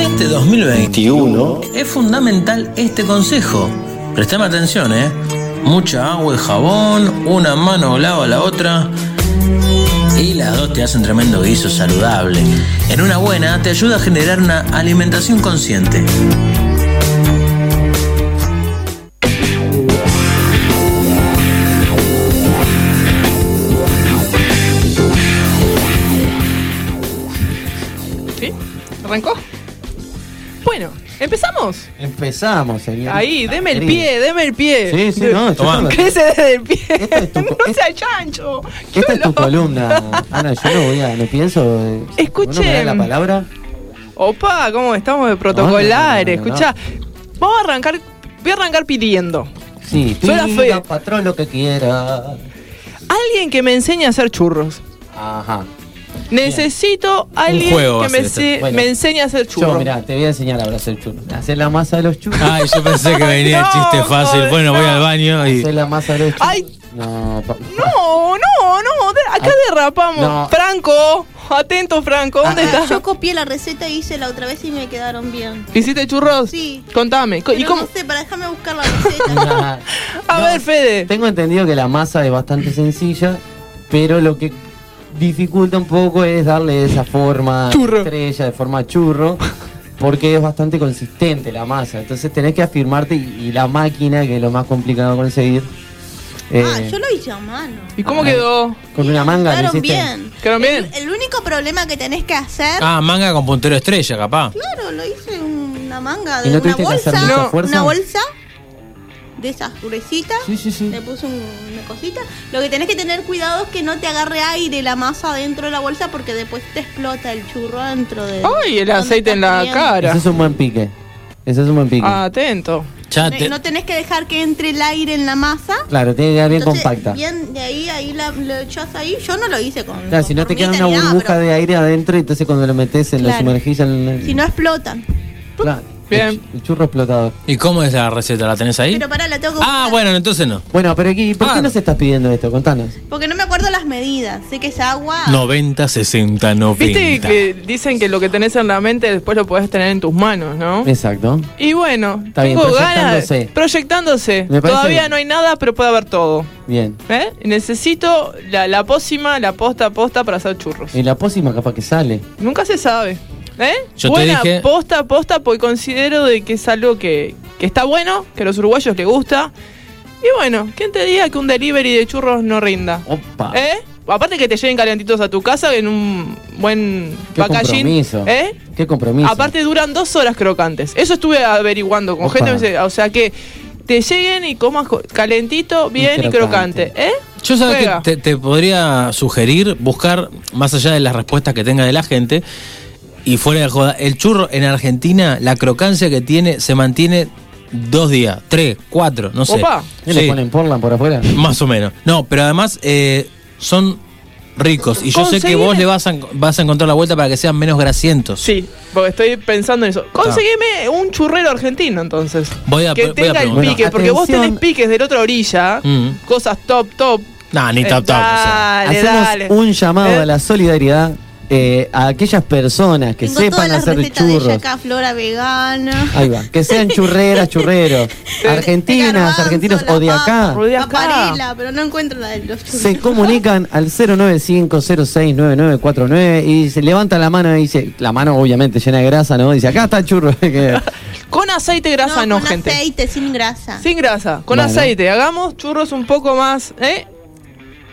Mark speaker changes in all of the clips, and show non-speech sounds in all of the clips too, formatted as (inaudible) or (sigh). Speaker 1: este 2021 es fundamental este consejo. Prestame atención, ¿eh? Mucha agua y jabón, una mano lava la otra. Y las dos te hacen tremendo guiso saludable. En una buena te ayuda a generar una alimentación consciente.
Speaker 2: ¿Sí? ¿Arrancó? Bueno, empezamos.
Speaker 3: Empezamos, señor. Ah,
Speaker 2: Ahí, deme el pie, deme el pie.
Speaker 3: Sí, sí,
Speaker 2: (laughs)
Speaker 3: no, yo
Speaker 1: Tomá.
Speaker 3: no-
Speaker 2: Crece desde el pie.
Speaker 3: Esta es tu co-
Speaker 2: (laughs) no sea chancho. Qué
Speaker 3: Esta es tu
Speaker 2: olor.
Speaker 3: columna, Ana. Yo no voy a, no pienso. eh,
Speaker 2: Escuchen.
Speaker 3: ¿No me da la palabra?
Speaker 2: Opa, ¿cómo estamos de protocolares?
Speaker 3: No, no, no, no,
Speaker 2: Escuchá, vamos a arrancar. Voy a arrancar pidiendo.
Speaker 3: Sí,
Speaker 2: Suena
Speaker 3: pida,
Speaker 2: feo.
Speaker 3: patrón, lo que quiera.
Speaker 2: Alguien que me enseñe a hacer churros.
Speaker 3: Ajá.
Speaker 2: Necesito alguien
Speaker 4: juego va
Speaker 2: que
Speaker 4: a
Speaker 2: me,
Speaker 4: ser
Speaker 2: se-
Speaker 3: este. Bueno.
Speaker 2: me enseñe a hacer churros.
Speaker 3: Yo, mirá, te voy a enseñar a hacer churros. Hacer la masa de los churros.
Speaker 4: Ay, yo pensé que venía el chiste
Speaker 2: No,
Speaker 4: fácil.
Speaker 2: joder,
Speaker 4: Bueno, voy
Speaker 2: no.
Speaker 4: al baño y.
Speaker 3: Hacer la masa de los churros.
Speaker 2: Ay.
Speaker 3: No, pa- (laughs)
Speaker 2: No, no, no. de- acá
Speaker 3: Ah,
Speaker 2: derrapamos.
Speaker 3: no.
Speaker 2: Franco, atento, Franco. ¿Dónde
Speaker 3: Ah,
Speaker 2: estás?
Speaker 5: Yo copié la receta y hice la otra vez y me quedaron bien.
Speaker 2: ¿Hiciste churros?
Speaker 5: Sí.
Speaker 2: Contame. co- ¿Y
Speaker 5: Pero
Speaker 2: cómo?
Speaker 5: No sé, para dejarme buscar la receta.
Speaker 3: Mirá,
Speaker 2: A
Speaker 3: no,
Speaker 2: ver, Fede.
Speaker 3: Tengo entendido que la masa es bastante sencilla, pero lo que dificulta un poco es darle esa forma
Speaker 2: Churro.
Speaker 3: estrella, de forma churro, porque es bastante consistente la masa. Entonces tenés que afirmarte y, y la máquina, que es lo más complicado de conseguir. (laughs)
Speaker 5: ah,
Speaker 3: eh,
Speaker 5: yo lo hice a mano.
Speaker 2: ¿Y cómo
Speaker 3: Ah.
Speaker 2: quedó?
Speaker 3: Con una manga lo
Speaker 5: Quedaron
Speaker 3: hiciste.
Speaker 5: bien.
Speaker 2: ¿Quedaron bien?
Speaker 5: El, el único problema que tenés que hacer.
Speaker 4: Ah, manga con puntero estrella, capaz.
Speaker 5: Claro, lo hice en una manga
Speaker 3: ¿Y
Speaker 5: de
Speaker 3: no
Speaker 5: una
Speaker 3: tuviste que hacer
Speaker 5: bolsa.
Speaker 3: mucha
Speaker 5: No.
Speaker 3: fuerza?
Speaker 5: Una bolsa de esas gruesitas.
Speaker 3: Sí, sí, sí.
Speaker 5: Le puse un- una cosita. Lo que tenés que tener cuidado es que no te agarre aire la masa dentro de la bolsa porque después te explota el churro dentro de.
Speaker 2: Ay, el
Speaker 5: donde
Speaker 2: aceite
Speaker 5: estás
Speaker 2: en la
Speaker 5: friendo.
Speaker 2: cara.
Speaker 3: Ese es un buen pique. Ese es un buen pique.
Speaker 2: Ah. Atento.
Speaker 4: Ya
Speaker 5: No-
Speaker 4: te-
Speaker 5: No tenés que dejar que entre el aire en la masa.
Speaker 3: Claro, tiene que quedar bien
Speaker 5: Entonces,
Speaker 3: compacta.
Speaker 5: Bien, de ahí, ahí la, lo echás ahí. Yo no lo hice con.
Speaker 3: Claro,
Speaker 5: con
Speaker 3: si no te queda
Speaker 5: formita
Speaker 3: una
Speaker 5: ni nada,
Speaker 3: burbuja
Speaker 5: pero
Speaker 3: de aire adentro, entonces cuando lo metes en la
Speaker 5: Claro.
Speaker 3: sumergís en el-
Speaker 5: Si no explotan.
Speaker 3: Claro,
Speaker 2: Bien.
Speaker 3: el ch- El churro explotador.
Speaker 4: ¿Y cómo es la receta? ¿La tenés ahí?
Speaker 5: Pero pará, la tengo que
Speaker 4: Ah,
Speaker 5: buscar,
Speaker 4: bueno, entonces no.
Speaker 3: Bueno, pero ¿y ¿por
Speaker 4: Ah.
Speaker 3: qué nos estás pidiendo esto? Contanos.
Speaker 5: Porque no me acuerdo las medidas. Sé que es agua.
Speaker 4: 90, 60, 90.
Speaker 2: Viste que dicen que lo que tenés en la mente después lo podés tener en tus manos, ¿no?
Speaker 3: Exacto.
Speaker 2: Y bueno,
Speaker 3: Está bien,
Speaker 2: tengo ganas.
Speaker 3: proyectándose.
Speaker 2: Proyectándose.
Speaker 3: Me parece
Speaker 2: Todavía
Speaker 3: bien.
Speaker 2: no hay nada, pero puede haber todo.
Speaker 3: Bien.
Speaker 2: ¿Eh? Necesito la, la pócima, la posta, posta para hacer churros.
Speaker 3: Y la pócima capaz que sale.
Speaker 2: Nunca se sabe. ¿Eh?
Speaker 4: Yo te
Speaker 2: Buena
Speaker 4: dije-
Speaker 2: posta, posta, porque considero de que es algo que, que está bueno, que a los uruguayos les gusta. Y bueno, ¿quién te diga que un delivery de churros no rinda?
Speaker 3: Opa.
Speaker 2: ¿Eh? Aparte que te lleven calentitos a tu casa en un buen
Speaker 3: Qué
Speaker 2: packaging.
Speaker 3: compromiso.
Speaker 2: ¿Eh?
Speaker 3: Qué compromiso.
Speaker 2: Aparte duran dos horas crocantes. Eso estuve averiguando con
Speaker 3: Opa.
Speaker 2: gente. que dice, O sea que te lleguen y comas co- calentito, bien y crocante.
Speaker 3: crocante.
Speaker 2: ¿Eh?
Speaker 4: Yo sabes
Speaker 2: Juega.
Speaker 4: que te, te podría sugerir buscar, más allá de las respuestas que tenga de la gente, y fuera de joda, el churro en Argentina, la crocancia que tiene, se mantiene dos días, tres, cuatro, no sé.
Speaker 2: Opa.
Speaker 3: ¿Qué
Speaker 4: Sí.
Speaker 3: le ponen porlan por afuera?
Speaker 4: Más o menos. No, pero además eh, son ricos. Y yo sé que
Speaker 2: Conseguime-
Speaker 4: vos le vas a, en- vas a encontrar la vuelta para que sean menos grasientos.
Speaker 2: Sí, porque estoy pensando en eso. Conseguime un churrero argentino entonces.
Speaker 4: Voy a,
Speaker 2: que
Speaker 4: pre- voy a
Speaker 2: tenga el
Speaker 4: preguntar.
Speaker 2: pique,
Speaker 3: Bueno,
Speaker 2: porque vos
Speaker 3: atención.
Speaker 2: tenés piques de la otra orilla,
Speaker 4: Mm.
Speaker 2: cosas top, top.
Speaker 4: No,
Speaker 2: Eh,
Speaker 4: ni top top. o sea.
Speaker 2: Dale,
Speaker 3: Hacemos
Speaker 2: dale.
Speaker 3: un llamado
Speaker 2: ¿Eh?
Speaker 3: a la solidaridad eh, a aquellas personas que
Speaker 5: Tengo
Speaker 3: sepan
Speaker 5: todas las
Speaker 3: hacer
Speaker 5: recetas de
Speaker 3: churros. Ah,
Speaker 5: ella acá, flora vegana.
Speaker 3: Ahí va. Que sean churreras,
Speaker 5: (laughs)
Speaker 3: churreros. Argentinas,
Speaker 5: garbanzo,
Speaker 3: argentinos
Speaker 5: la
Speaker 3: o de
Speaker 5: papa,
Speaker 3: acá.
Speaker 2: O de acá.
Speaker 5: paparela, pero no encuentro la de los churros.
Speaker 3: Se comunican al 095069949 y se levanta la mano y dice, la mano obviamente llena de grasa, ¿no? Dice, acá está el churro. que-
Speaker 2: Con aceite
Speaker 5: No,
Speaker 2: grasa no,
Speaker 5: con
Speaker 2: gente.
Speaker 5: aceite, sin grasa.
Speaker 2: Sin grasa, con
Speaker 3: Bueno.
Speaker 2: aceite. Hagamos churros un poco más, ¿eh?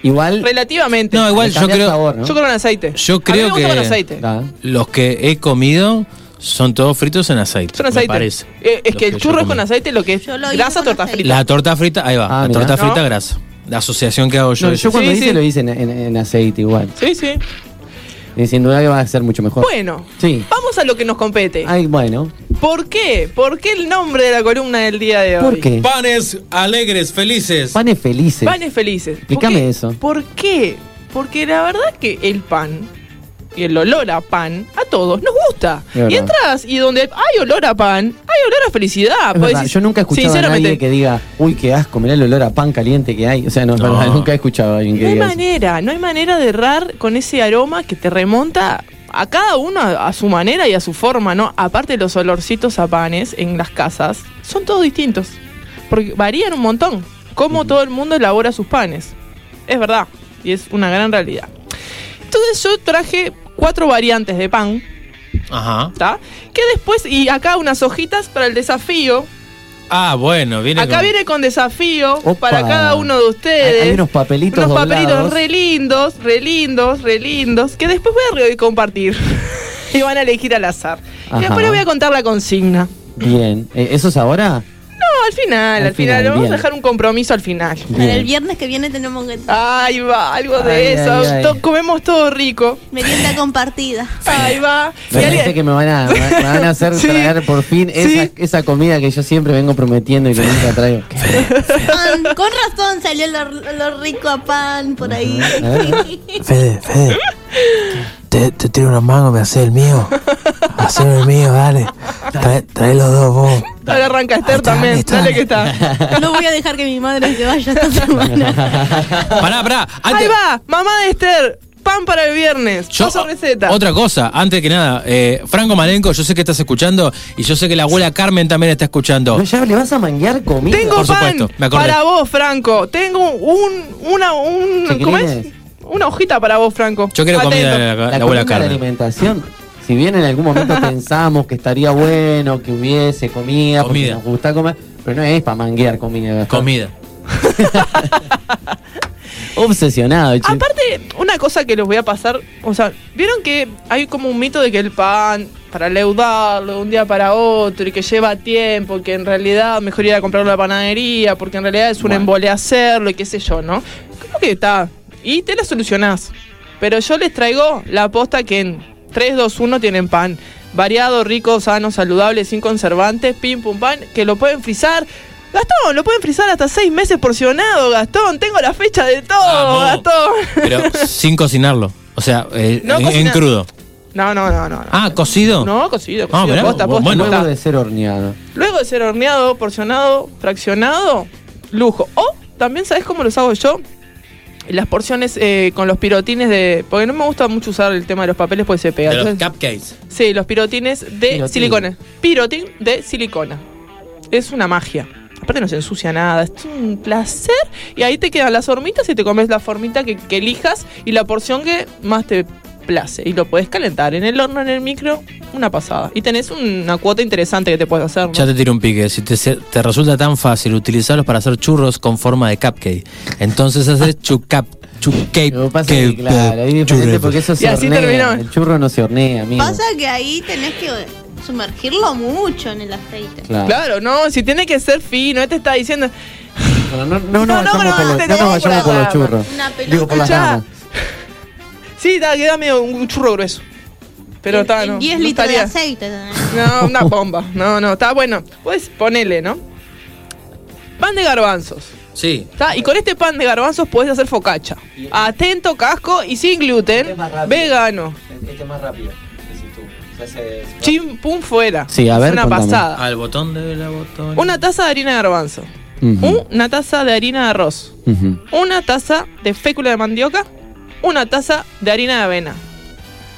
Speaker 3: Igual
Speaker 2: Relativamente.
Speaker 4: No, igual
Speaker 3: Le
Speaker 4: yo
Speaker 3: cambia el
Speaker 4: creo.
Speaker 3: sabor, ¿no?
Speaker 2: Yo creo en aceite.
Speaker 4: Yo
Speaker 2: A mí
Speaker 4: creo
Speaker 2: me gusta
Speaker 4: que-
Speaker 2: con aceite.
Speaker 3: Ah,
Speaker 4: Los que he comido son todos fritos en aceite.
Speaker 2: Son
Speaker 4: me
Speaker 2: aceite.
Speaker 4: parece.
Speaker 2: Eh, es
Speaker 4: Los
Speaker 2: que el
Speaker 4: yo
Speaker 2: churro es
Speaker 4: comí.
Speaker 2: con aceite lo que es
Speaker 5: Yo lo hice
Speaker 2: grasa,
Speaker 5: con
Speaker 2: torta
Speaker 5: aceite.
Speaker 2: frita.
Speaker 4: La torta frita, ahí va.
Speaker 3: Ah,
Speaker 4: la
Speaker 3: mirá.
Speaker 4: torta
Speaker 2: No.
Speaker 4: frita grasa. La asociación que hago yo.
Speaker 3: no,
Speaker 4: es-
Speaker 3: yo cuando
Speaker 2: Sí,
Speaker 3: hice
Speaker 2: sí.
Speaker 3: lo hice en, en- en aceite igual.
Speaker 2: Sí, sí.
Speaker 3: Y sin duda que va a ser mucho mejor.
Speaker 2: Bueno,
Speaker 3: Sí.
Speaker 2: vamos a lo que nos compete.
Speaker 3: Ay, bueno.
Speaker 2: ¿Por qué? ¿Por qué el nombre de la columna del día de hoy?
Speaker 3: ¿Por qué?
Speaker 4: Panes alegres, felices.
Speaker 3: Panes felices.
Speaker 2: Panes felices. ¿Por
Speaker 3: Explícame
Speaker 2: qué?
Speaker 3: eso.
Speaker 2: ¿Por qué? Porque la verdad que el pan y el olor a pan a todos nos gusta.
Speaker 3: Es verdad.
Speaker 2: Y entras y donde hay olor a pan, hay olor a felicidad.
Speaker 3: Es
Speaker 2: Podés
Speaker 3: verdad,
Speaker 2: decir-
Speaker 3: yo nunca he escuchado a
Speaker 2: ah, pues, sinceramente,
Speaker 3: nadie que diga, uy, qué asco, mirá el olor a pan caliente que hay. O sea, no, es
Speaker 4: No.
Speaker 3: verdad, nunca he escuchado a alguien que
Speaker 2: No hay
Speaker 3: diga eso.
Speaker 2: manera, no hay manera de errar con ese aroma que te remonta a cada uno a, a su manera y a su forma, ¿no? Aparte los olorcitos a panes en las casas son todos distintos. Porque varían un montón. Cómo todo el mundo elabora sus panes. Es verdad. Y es una gran realidad. Entonces yo traje cuatro variantes de pan.
Speaker 4: Ajá.
Speaker 2: ¿Está? Que después, y acá unas hojitas para el desafío.
Speaker 4: Ah, bueno, viene.
Speaker 2: Acá
Speaker 4: con-
Speaker 2: viene con desafío
Speaker 3: Opa.
Speaker 2: para cada uno de ustedes.
Speaker 3: Hay- hay unos papelitos
Speaker 2: Unos papelitos
Speaker 3: doblados.
Speaker 2: re lindos, re lindos, re lindos, que después voy a re- compartir. (laughs) y van a elegir al azar.
Speaker 3: Ajá.
Speaker 2: Y después les voy a contar la consigna.
Speaker 3: Bien. Eh, ¿Eso es ahora?
Speaker 2: No, al final,
Speaker 3: Al
Speaker 2: al, final.
Speaker 3: final,
Speaker 2: Vamos
Speaker 3: bien.
Speaker 2: a dejar un compromiso al final.
Speaker 5: Para el
Speaker 3: Bien. Ah.
Speaker 5: viernes que viene tenemos que-
Speaker 2: Ahí va, algo
Speaker 3: Ay,
Speaker 2: de eso.
Speaker 3: ay, ay.
Speaker 2: To- comemos todo rico.
Speaker 5: merienda compartida.
Speaker 2: Ahí va. Y
Speaker 3: Me
Speaker 2: alguien-
Speaker 3: parece que me van a, me van a hacer
Speaker 2: (laughs) Sí.
Speaker 3: traer por fin esa,
Speaker 2: Sí.
Speaker 3: esa comida que yo siempre vengo prometiendo y que nunca traigo.
Speaker 5: Con, con razón salió lo, lo rico a pan por ahí.
Speaker 3: A ver,
Speaker 6: Fede, Fede. Te, te tiro unos mangos, me haces el mío. Haceme el mío, dale. Trae, trae los dos, vos.
Speaker 2: Dale, arranca Esther también.
Speaker 6: está.
Speaker 2: Dale que
Speaker 3: (laughs)
Speaker 2: está.
Speaker 5: No voy a dejar que mi madre se vaya esta semana.
Speaker 4: Pará, pará.
Speaker 2: Ahí
Speaker 4: antes-
Speaker 2: va, mamá de Esther. Pan para el viernes.
Speaker 4: Yo-
Speaker 2: Paso receta.
Speaker 4: Otra cosa, antes que nada, eh, Franco Malenco, yo sé que estás escuchando y yo sé que la abuela Carmen también está escuchando.
Speaker 3: No, ya le vas a manguear comida.
Speaker 2: Tengo
Speaker 4: Por
Speaker 2: pan
Speaker 4: supuesto, me acordé.
Speaker 2: para vos, Franco. Tengo un, una, un, ¿cómo es?
Speaker 3: Chiquilines.
Speaker 2: Una hojita para vos, Franco.
Speaker 4: Yo quiero
Speaker 2: Atento.
Speaker 4: comida de la, Ah, la
Speaker 3: la,
Speaker 4: abuela
Speaker 3: columna de
Speaker 4: Carmen.
Speaker 3: alimentación. Si bien en algún momento pensamos que estaría bueno, que hubiese comida, porque
Speaker 4: Comida.
Speaker 3: nos gusta comer, pero no es para manguear comida. ¿verdad?
Speaker 4: Comida.
Speaker 3: Obsesionado, chico.
Speaker 2: Aparte, una cosa que les voy a pasar, o sea, vieron que hay como un mito de que el pan, para leudarlo de un día para otro y que lleva tiempo, que en realidad mejor ir a comprarlo a la panadería, porque en realidad es un embole hacerlo y qué sé yo, ¿no? Como que está, y te la solucionás. Pero yo les traigo la aposta que en 3, 2, 1 tienen pan. Variado, rico, sano, saludable, sin conservantes, pim, pum, pan, que lo pueden frizar. Gastón, lo pueden frizar hasta seis meses porcionado, Gastón. Tengo la fecha de todo,
Speaker 4: Vamos.
Speaker 2: Gastón.
Speaker 4: Pero
Speaker 2: (laughs)
Speaker 4: sin cocinarlo. O sea, eh,
Speaker 2: No
Speaker 4: en, en
Speaker 2: cocinar.
Speaker 4: crudo.
Speaker 2: No, no, no, no. no.
Speaker 4: Ah, cocido.
Speaker 2: No, cocido,
Speaker 4: Ah,
Speaker 2: cocido,
Speaker 4: mirá,
Speaker 2: posta, posta,
Speaker 4: bueno.
Speaker 2: posta.
Speaker 3: Luego de ser horneado.
Speaker 2: Luego de ser horneado, porcionado, fraccionado, lujo. O también, ¿sabes cómo los hago yo? Las porciones eh, con los pirotines de. Porque no me gusta mucho usar el tema de los papeles porque se pega.
Speaker 4: De los
Speaker 2: Entonces-
Speaker 4: cupcakes.
Speaker 2: Sí, los pirotines de
Speaker 3: Pirotín.
Speaker 2: silicona. Pirotín de silicona. Es una magia. Aparte no se ensucia nada, es un placer. Y ahí te quedan las hormitas y te comes la formita que, que elijas y la porción que más te place. Y lo puedes calentar en el horno, en el micro, una pasada. Y tenés una cuota interesante que te puedes hacer. ¿no?
Speaker 4: Ya te tiro un pique. Si te, se- te resulta tan fácil utilizarlos para hacer churros con forma de cupcake, entonces haces chucap, chucake.
Speaker 3: Lo que pasa es que, claro, ahí es diferente porque eso se
Speaker 2: Y así
Speaker 3: hornea.
Speaker 2: terminó.
Speaker 3: El churro no se hornea, amigo.
Speaker 5: Pasa que ahí tenés que sumergirlo mucho en el aceite.
Speaker 4: ah.
Speaker 3: Claro.
Speaker 2: Claro, no, si tiene que ser fino, este está diciendo...
Speaker 3: No, no, no, nos
Speaker 2: No, no,
Speaker 3: vayamos
Speaker 2: pero
Speaker 3: por los-
Speaker 2: antes
Speaker 3: no nos
Speaker 2: de-
Speaker 3: vayamos por los
Speaker 2: Una
Speaker 3: churros.
Speaker 5: pelota.
Speaker 3: Digo, por las
Speaker 2: Ya.
Speaker 3: ramas.
Speaker 2: Sí, da, queda medio un churro grueso. Pero
Speaker 5: En-
Speaker 2: está,
Speaker 5: en
Speaker 2: no.
Speaker 5: 10
Speaker 2: no
Speaker 5: litros de
Speaker 2: estaría-
Speaker 5: aceite. tenés.
Speaker 2: No, una bomba. No, no, está bueno. Pues ponele, ¿no? Pan de garbanzos.
Speaker 4: Sí.
Speaker 2: ¿tá? Y con este pan de garbanzos puedes hacer focacha. Atento, casco y sin gluten.
Speaker 3: Es más rápido.
Speaker 2: Vegano.
Speaker 3: Este más rápido.
Speaker 2: Chim, pum, fuera.
Speaker 3: Sí, a
Speaker 2: Es
Speaker 3: ver,
Speaker 2: una
Speaker 3: contame.
Speaker 2: pasada.
Speaker 4: Al botón de la botón.
Speaker 2: Una taza de harina de garbanzo.
Speaker 3: Ujú.
Speaker 2: Una taza de harina de arroz.
Speaker 3: Mm, Ujú.
Speaker 2: Una taza de fécula de mandioca. Una taza de harina de avena.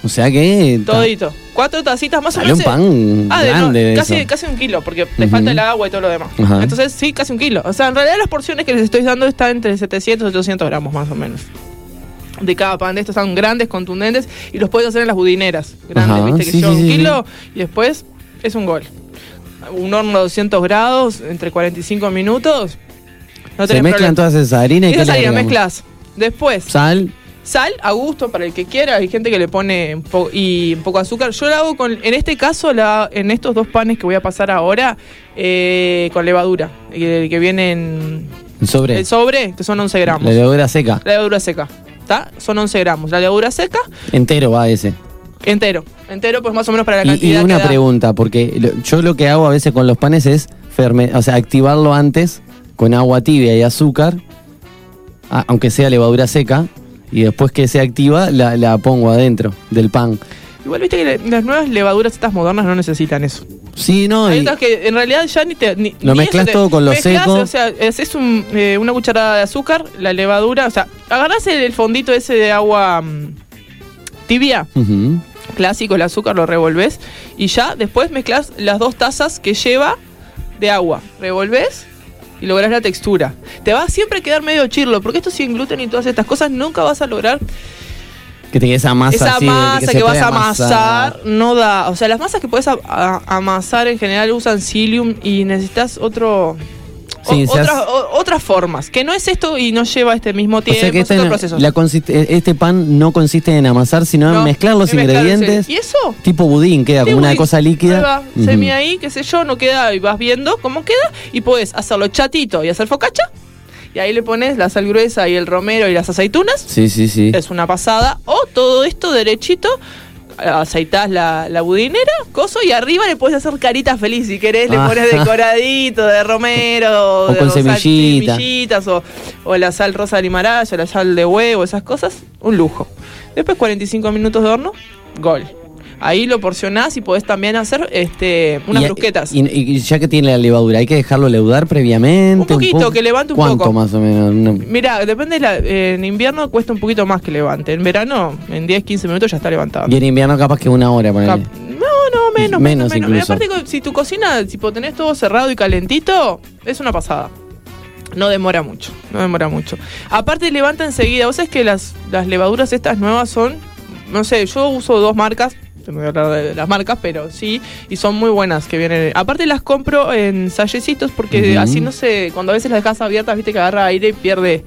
Speaker 3: O sea que. ta-
Speaker 2: Todito. Cuatro tacitas más o
Speaker 3: Salió
Speaker 2: menos.
Speaker 3: un pan
Speaker 2: Ah, de- no,
Speaker 3: grande. de
Speaker 2: casi,
Speaker 3: eso.
Speaker 2: casi un kilo, porque te
Speaker 3: Ujú.
Speaker 2: falta el agua y todo lo demás.
Speaker 3: Ajá.
Speaker 2: Entonces, sí, casi un kilo. O sea, en realidad las porciones que les estoy dando están entre 700 y 800 gramos más o menos. De cada pan de estos están grandes, contundentes, y los puedes hacer en las budineras. Grandes,
Speaker 3: Ajá,
Speaker 2: viste, que
Speaker 3: sí,
Speaker 2: lleva
Speaker 3: sí,
Speaker 2: un
Speaker 3: sí,
Speaker 2: kilo y después es un gol. Un horno a 200 grados, entre 45 minutos. No
Speaker 3: Se
Speaker 2: tenés problema.
Speaker 3: mezclan todas esas harinas y
Speaker 2: Esas
Speaker 3: qué le
Speaker 2: harinas
Speaker 3: agregamos?
Speaker 2: mezclas. Después,
Speaker 3: Sal.
Speaker 2: Sal a gusto para el que quiera, hay gente que le pone un po- y un poco de azúcar. Yo la hago con, en este caso, la, en estos dos panes que voy a pasar ahora, eh, con levadura, el que viene en
Speaker 3: Sobre.
Speaker 2: el sobre, que son 11
Speaker 3: La
Speaker 2: gramos.
Speaker 3: levadura seca.
Speaker 2: La levadura seca, ¿está? Son 11 gramos. La levadura seca,
Speaker 3: Entero va ese.
Speaker 2: entero. Entero, pues más o menos para la
Speaker 3: Y- Y,
Speaker 2: cantidad. que
Speaker 3: una
Speaker 2: da.
Speaker 3: pregunta, porque lo- yo lo que hago a veces con los panes es ferme- o sea, activarlo antes con agua tibia y azúcar, a- aunque sea levadura seca, y después que se activa la, la pongo adentro del pan.
Speaker 2: Igual viste que le- las nuevas levaduras, estas modernas, no necesitan eso.
Speaker 3: Sí, no,
Speaker 2: Hay
Speaker 3: y
Speaker 2: otras que en realidad ya ni te. Ni,
Speaker 3: Lo
Speaker 2: ni
Speaker 3: mezclas
Speaker 2: eso te-
Speaker 3: todo con lo
Speaker 2: mezclas,
Speaker 3: seco.
Speaker 2: O sea, haces un, eh, una cucharada de azúcar, la levadura. O sea, agarras el, el fondito ese de agua mm, tibia,
Speaker 3: Ujú.
Speaker 2: clásico, el azúcar lo revolves y ya después mezclas las dos tazas que lleva de agua. Revolves y lográs la textura. Te va a siempre quedar medio chirlo, porque esto sin gluten y todas estas cosas nunca vas a lograr
Speaker 3: Que tenga esa masa
Speaker 2: esa
Speaker 3: así, de
Speaker 2: masa que,
Speaker 3: se
Speaker 2: vas
Speaker 3: puede
Speaker 2: a amasar no da. O sea, las masas que puedes a- a- amasar en general usan psyllium y necesitas otro. o-
Speaker 3: Sí, se
Speaker 2: otras,
Speaker 3: hace-
Speaker 2: o- otras formas, que no es esto y no lleva este mismo
Speaker 3: O
Speaker 2: tiempo,
Speaker 3: sea que
Speaker 2: es
Speaker 3: este,
Speaker 2: otro proceso.
Speaker 3: la consist- este pan no consiste en amasar, sino
Speaker 2: No,
Speaker 3: en mezclar los
Speaker 2: en mezclar los
Speaker 3: ingredientes.
Speaker 2: ingredientes. ¿Y eso?
Speaker 3: Tipo budín, queda como una
Speaker 2: Ahí
Speaker 3: cosa líquida.
Speaker 2: va,
Speaker 3: Ujú.
Speaker 2: Semi ahí, qué sé yo, no queda y vas viendo cómo queda y puedes hacerlo chatito y hacer focacha. Y ahí le pones la sal gruesa y el romero y las aceitunas.
Speaker 3: Sí, sí, sí.
Speaker 2: Es una pasada. O todo esto derechito. Aceitás la, la budinera, coso, y arriba le puedes hacer caritas feliz si querés. Le
Speaker 3: Ah.
Speaker 2: pones decoradito
Speaker 3: (laughs)
Speaker 2: de romero,
Speaker 3: O
Speaker 2: de
Speaker 3: con
Speaker 2: sal-
Speaker 3: semillita.
Speaker 2: semillitas, o, o la sal rosa de limaraya, la sal de huevo, esas cosas. Un lujo. Después 45 minutos de horno, gol. Ahí lo porcionás y podés también hacer este, unas
Speaker 3: Y-
Speaker 2: brusquetas.
Speaker 3: Y, y ya que tiene la levadura, hay que dejarlo leudar previamente.
Speaker 2: Un poquito,
Speaker 3: poco?
Speaker 2: que levante un
Speaker 3: ¿Cuánto
Speaker 2: poco.
Speaker 3: más o menos? Una-
Speaker 2: Mirá, depende, de la- en invierno cuesta un poquito más que levante. En verano, en 10, 15 minutos ya está levantado.
Speaker 3: Y en invierno capaz que una hora, ponele.
Speaker 2: Cap- No, no, menos,
Speaker 3: Menos
Speaker 2: menos, menos.
Speaker 3: incluso.
Speaker 2: Aparte, co- si tu cocina, tipo, tenés todo cerrado y calentito, es una pasada. No demora mucho, no demora mucho. Aparte, levanta enseguida. Vos sabés que las, las levaduras estas nuevas son, no sé, yo uso dos marcas, te voy a hablar de las marcas, pero sí, y son muy buenas que vienen. Aparte, las compro en sallecitos porque
Speaker 3: Ujú.
Speaker 2: así no sé, cuando a veces las dejas abiertas, viste que agarra aire y pierde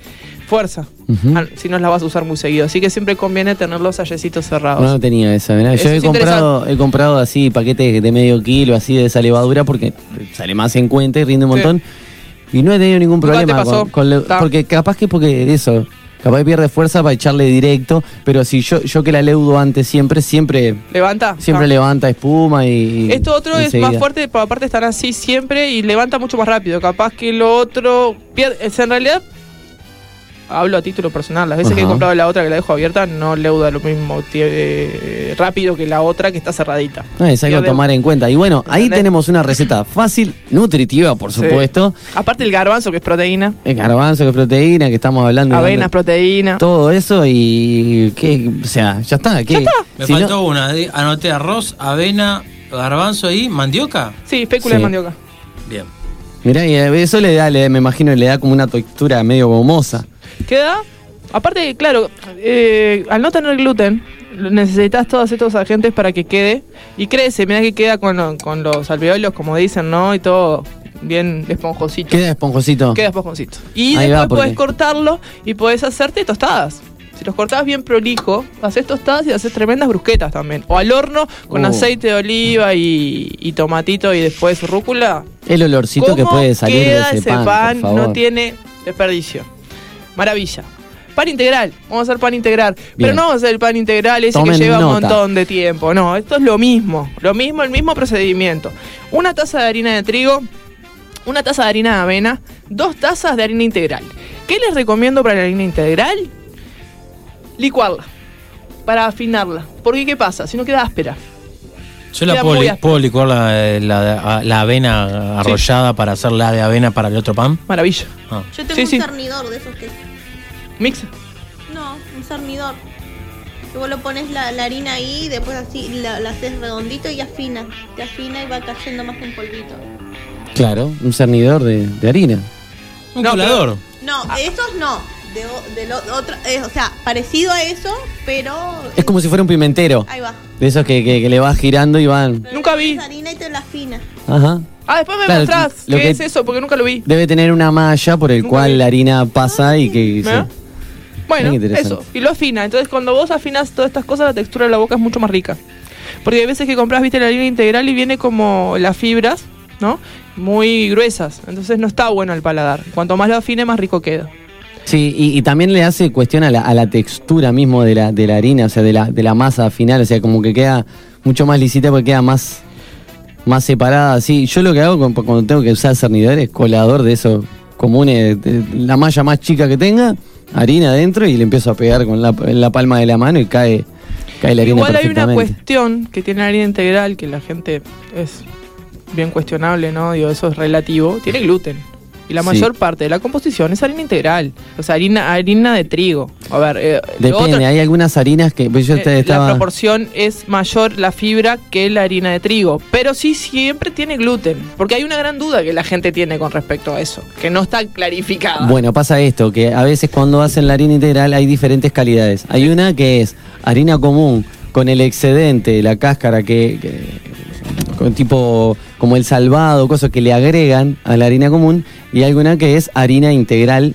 Speaker 2: fuerza.
Speaker 3: Ujú.
Speaker 2: Ah, Si no, las vas a usar muy seguido. Así que siempre conviene tener los sallecitos cerrados.
Speaker 3: No, no tenía esa, mirá.
Speaker 2: Eso
Speaker 3: Yo he
Speaker 2: es
Speaker 3: comprado, he comprado así paquetes de medio kilo, así de esa levadura, porque sale más en cuenta y rinde un
Speaker 2: Sí.
Speaker 3: montón. Y no he tenido ningún
Speaker 2: Nunca te
Speaker 3: problema
Speaker 2: pasó.
Speaker 3: con, con le-
Speaker 2: Ta.
Speaker 3: Porque capaz que porque eso, capaz que pierde fuerza para echarle directo, pero si yo, yo que la leudo antes siempre, siempre,
Speaker 2: Levanta.
Speaker 3: siempre
Speaker 2: Ah.
Speaker 3: levanta espuma y.
Speaker 2: Esto otro es
Speaker 3: enseguida.
Speaker 2: más fuerte, pero aparte están así siempre y levanta mucho más rápido. Capaz que lo otro. pier- es En realidad, hablo a título personal. Las veces que he
Speaker 3: Ajá.
Speaker 2: comprado la otra que la dejo abierta, no leuda lo mismo tie- eh, rápido que la otra que está cerradita.
Speaker 3: No, Ah, es algo a
Speaker 2: Pierde-
Speaker 3: tomar en cuenta. Y bueno, ahí
Speaker 2: ¿Entendés?
Speaker 3: tenemos una receta fácil, nutritiva, por
Speaker 2: Sí.
Speaker 3: supuesto.
Speaker 2: Aparte, el garbanzo, que es proteína,
Speaker 3: El garbanzo, que es proteína, que estamos hablando. de-
Speaker 2: avenas, proteína.
Speaker 3: todo eso y que, o sea, ya está. Que,
Speaker 4: Me
Speaker 3: si no-
Speaker 4: faltó una. di- Anoté arroz, avena, garbanzo y mandioca.
Speaker 2: Sí, fécula de
Speaker 3: Sí.
Speaker 2: mandioca.
Speaker 4: Bien.
Speaker 3: mirá, y eh, eso le da, le, me imagino, le da como una textura medio gomosa.
Speaker 2: Queda. Aparte, claro, eh, al no tener gluten, lo- necesitas todos estos agentes para que quede y crece. Mira que queda con, lo- con los alveolos, como dicen, ¿no? Y todo bien esponjosito.
Speaker 3: Queda esponjosito.
Speaker 2: Queda esponjosito. Y
Speaker 3: Ahí
Speaker 2: después
Speaker 3: va, porque-
Speaker 2: puedes cortarlo y puedes hacerte tostadas. Si los cortás bien prolijo, haces tostadas y haces tremendas brusquetas también. O al horno con
Speaker 3: Uh.
Speaker 2: aceite de oliva y, y tomatito y después rúcula.
Speaker 3: El olorcito que
Speaker 2: ¿Cómo
Speaker 3: puede salir de
Speaker 2: queda
Speaker 3: ese, pan. por favor.
Speaker 2: no tiene desperdicio. Maravilla. Pan integral, vamos a hacer pan integral. Pero
Speaker 3: Bien.
Speaker 2: no vamos a hacer el pan integral ese
Speaker 3: Tomen
Speaker 2: que lleva un
Speaker 3: nota.
Speaker 2: montón de tiempo. No, esto es lo mismo. Lo mismo, el mismo procedimiento. Una taza de harina de trigo, una taza de harina de avena, dos tazas de harina integral. ¿Qué les recomiendo para la harina integral? Licuarla. Para afinarla. Porque ¿qué pasa? Si no queda áspera.
Speaker 4: Yo la
Speaker 2: Queda
Speaker 4: puedo,
Speaker 2: muy
Speaker 4: li-
Speaker 2: áspero.
Speaker 4: puedo licuar la, la- la avena arrollada para hacer la de avena para el otro pan.
Speaker 2: Maravilla.
Speaker 4: Ah.
Speaker 5: Yo tengo
Speaker 2: Sí,
Speaker 5: un
Speaker 2: sí.
Speaker 5: cernidor de esos que.
Speaker 2: Mixa.
Speaker 5: No, un cernidor. Que vos lo pones la, la harina ahí y después así la, la haces redondito y afina. Te afina y va cayendo más en polvito.
Speaker 3: Claro, un cernidor de, de harina.
Speaker 4: Un
Speaker 2: No,
Speaker 4: colador.
Speaker 5: No, esos no. De, o- de lo- otra- eh, o sea, parecido a eso, pero.
Speaker 3: Es como si fuera un pimentero.
Speaker 5: Ahí va.
Speaker 3: De esos que, que- que le vas girando y van.
Speaker 5: Pero
Speaker 2: Nunca
Speaker 5: le pones
Speaker 2: vi.
Speaker 5: harina y te la afina.
Speaker 3: Ajá.
Speaker 2: Ah, después me
Speaker 3: Claro,
Speaker 2: mostrás
Speaker 3: lo
Speaker 2: qué
Speaker 3: que-
Speaker 2: es eso, porque nunca lo vi.
Speaker 3: Debe tener una malla por el
Speaker 2: Nunca vi.
Speaker 3: cual la harina pasa y que.
Speaker 2: ¿Eh?
Speaker 3: sí.
Speaker 2: Bueno,
Speaker 3: Muy interesante.
Speaker 2: eso. Y lo afina. Entonces, cuando vos afinas todas estas cosas, la textura de la boca es mucho más rica. Porque hay veces que compras, viste, la harina integral y viene como las fibras, ¿no? Muy gruesas. Entonces, no está bueno al paladar. Cuanto más lo afine, más rico queda.
Speaker 3: Sí, y, y también le hace cuestión a la, a la textura mismo de la, de la harina, o sea, de la, de la masa final, o sea, como que queda mucho más lisita porque queda más, más separada. Sí, yo lo que hago con- cuando tengo que usar cernidor es colador de esos comunes, de- de la malla más chica que tenga, harina adentro y le empiezo a pegar con la, la palma de la mano y cae, cae la harina
Speaker 2: Igual hay una
Speaker 3: perfectamente.
Speaker 2: cuestión que tiene la harina integral que la gente es bien cuestionable, ¿no? Digo, eso es relativo. Tiene gluten. Y la
Speaker 3: Sí.
Speaker 2: mayor parte de la composición es harina integral. O sea, harina, harina de trigo. A ver, eh, lo
Speaker 3: Depende,
Speaker 2: otro-
Speaker 3: hay algunas harinas que. pues yo
Speaker 2: eh,
Speaker 3: te-
Speaker 2: la
Speaker 3: estaba.
Speaker 2: proporción es mayor la fibra que la harina de trigo. Pero sí siempre tiene gluten. Porque hay una gran duda que la gente tiene con respecto a eso. Que no está clarificada.
Speaker 3: Bueno, pasa esto, que a veces cuando hacen la harina integral hay diferentes calidades. Hay una que es harina común, con el excedente, la cáscara que, que- con tipo como el salvado, cosas que le agregan a la harina común, y alguna que es harina integral,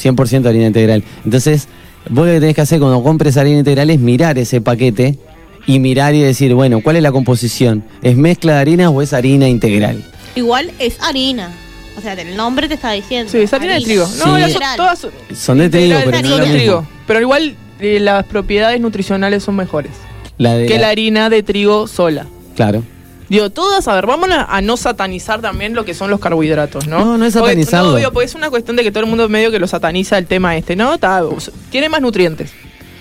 Speaker 3: 100% harina integral. Entonces, vos lo que tenés que hacer cuando compres harina integral es mirar ese paquete y mirar y decir, bueno, ¿cuál es la composición? ¿Es mezcla de harinas o es harina integral?
Speaker 5: Igual es harina. O sea, el nombre te está diciendo.
Speaker 2: Sí, es harina de trigo. No,
Speaker 3: Sí.
Speaker 2: las-
Speaker 5: Literal.
Speaker 2: todas son-
Speaker 3: Son de trigo,
Speaker 2: integral,
Speaker 3: pero no es lo
Speaker 5: harina.
Speaker 2: de
Speaker 3: mismo.
Speaker 2: trigo. Pero igual eh, las propiedades nutricionales son mejores
Speaker 3: La de
Speaker 2: que
Speaker 3: la-
Speaker 2: la harina de trigo sola.
Speaker 3: Claro.
Speaker 2: Digo, todas, a ver, vamos a, a no satanizar también lo que son los carbohidratos, ¿no?
Speaker 3: No, no es
Speaker 2: Porque-
Speaker 3: satanizarlo.
Speaker 2: no, obvio, porque es una cuestión de que todo el mundo medio que lo sataniza el tema este, ¿no? Ta- o sea, tiene más nutrientes.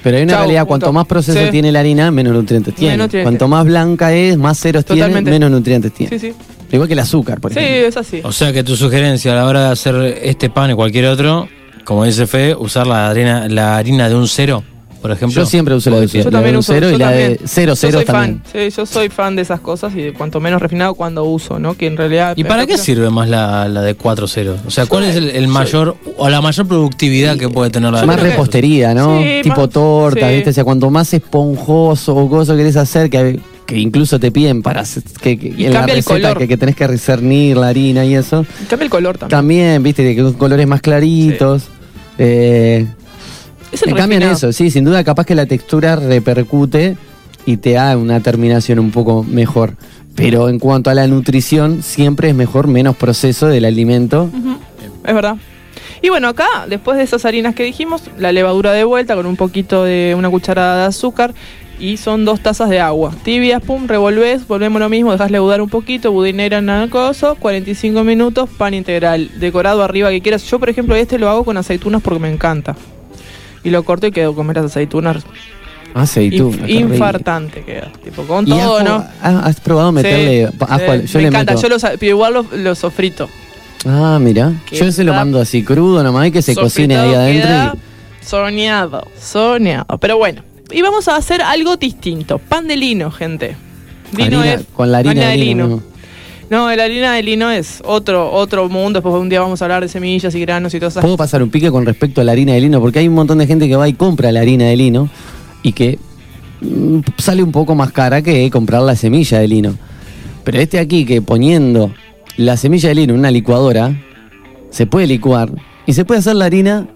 Speaker 3: Pero hay una
Speaker 2: Chau,
Speaker 3: realidad,
Speaker 2: punto.
Speaker 3: cuanto más proceso
Speaker 2: Sí.
Speaker 3: tiene la harina, menos nutrientes tiene.
Speaker 2: Menos nutrientes.
Speaker 3: Cuanto más blanca es, más ceros
Speaker 2: Totalmente.
Speaker 3: tiene, menos nutrientes tiene.
Speaker 2: Sí, sí.
Speaker 3: Igual que el azúcar, por
Speaker 2: Sí,
Speaker 3: ejemplo.
Speaker 2: es así.
Speaker 4: O sea que tu sugerencia a la hora de hacer este pan y cualquier otro, como dice Fe, usar la harina, la harina de un cero, por ejemplo.
Speaker 3: Yo siempre uso la de,
Speaker 2: Yo
Speaker 3: la de
Speaker 2: también
Speaker 3: un
Speaker 2: uso
Speaker 3: cero
Speaker 2: yo
Speaker 3: y la de
Speaker 2: también.
Speaker 3: cero
Speaker 2: yo
Speaker 3: cero
Speaker 2: soy
Speaker 3: también.
Speaker 2: fan, sí, yo soy fan de esas cosas y de cuanto menos refinado cuando uso, ¿no? Que en realidad
Speaker 4: ¿Y para
Speaker 2: yo
Speaker 4: qué
Speaker 2: creo-
Speaker 4: sirve más la, la de 4-0? O sea, ¿cuál es el, el mayor o la mayor productividad que puede tener la de
Speaker 3: Más
Speaker 4: cuatro cero?
Speaker 3: repostería, ¿no?
Speaker 2: Sí,
Speaker 3: tipo
Speaker 2: más-
Speaker 3: torta,
Speaker 2: sí.
Speaker 3: ¿viste? O sea, cuanto más esponjoso o cosa querés hacer, que, que incluso te piden para hacer- que, que-
Speaker 2: Y
Speaker 3: en la
Speaker 2: cambia el
Speaker 3: receta
Speaker 2: color.
Speaker 3: que, que tenés que discernir la harina y eso.
Speaker 2: Cambia el color también.
Speaker 3: También, ¿viste? De que con colores más claritos. Eh,
Speaker 2: Es (laughs) el
Speaker 3: En cambio en
Speaker 2: refinado.
Speaker 3: eso, sí, sin duda capaz que la textura repercute y te da una terminación un poco mejor. Pero en cuanto a la nutrición, siempre es mejor menos proceso del alimento.
Speaker 2: Es verdad. Y bueno, acá, después de esas harinas que dijimos, la levadura de vuelta con un poquito de una cucharada de azúcar y son dos tazas de agua. Tibias, pum, revolvés, volvemos lo mismo, dejas leudar un poquito, budinera en el coso, 45 minutos, pan integral, decorado arriba que quieras. Yo, por ejemplo, este lo hago con aceitunas porque me encanta. Y lo corto y quedo con las aceitunas.
Speaker 3: Aceituna.
Speaker 2: Inf-
Speaker 3: qué rico.
Speaker 2: infartante queda. Tipo, con
Speaker 3: ¿Y
Speaker 2: todo,
Speaker 3: ajo?
Speaker 2: ¿no?
Speaker 3: Ah, ¿Has probado meterle
Speaker 2: Sí,
Speaker 3: pa- ajo?
Speaker 2: sí.
Speaker 3: al- Yo
Speaker 2: me
Speaker 3: le
Speaker 2: encanta,
Speaker 3: meto.
Speaker 2: yo los, pero igual los, los sofrito.
Speaker 3: Ah, mira.
Speaker 2: Que
Speaker 3: Yo se lo
Speaker 2: está-
Speaker 3: mando así crudo nomás y que se cocine ahí
Speaker 2: Sofritado
Speaker 3: adentro.
Speaker 2: queda Soñado, soñado. Pero bueno, y vamos a hacer algo distinto. Pan de lino, gente.
Speaker 3: y-
Speaker 2: Lino
Speaker 3: harina-
Speaker 2: es
Speaker 3: con la harina, de lino.
Speaker 2: No, la harina de lino es otro otro mundo. Después un día vamos a hablar de semillas y granos y todas esas
Speaker 3: ¿Puedo pasar un pique con respecto a la harina de lino? Porque hay un montón de gente que va y compra la harina de lino y que mm, sale un poco más cara que comprar la semilla de lino. Pero este aquí que poniendo la semilla de lino en una licuadora, se puede licuar y se puede hacer la harina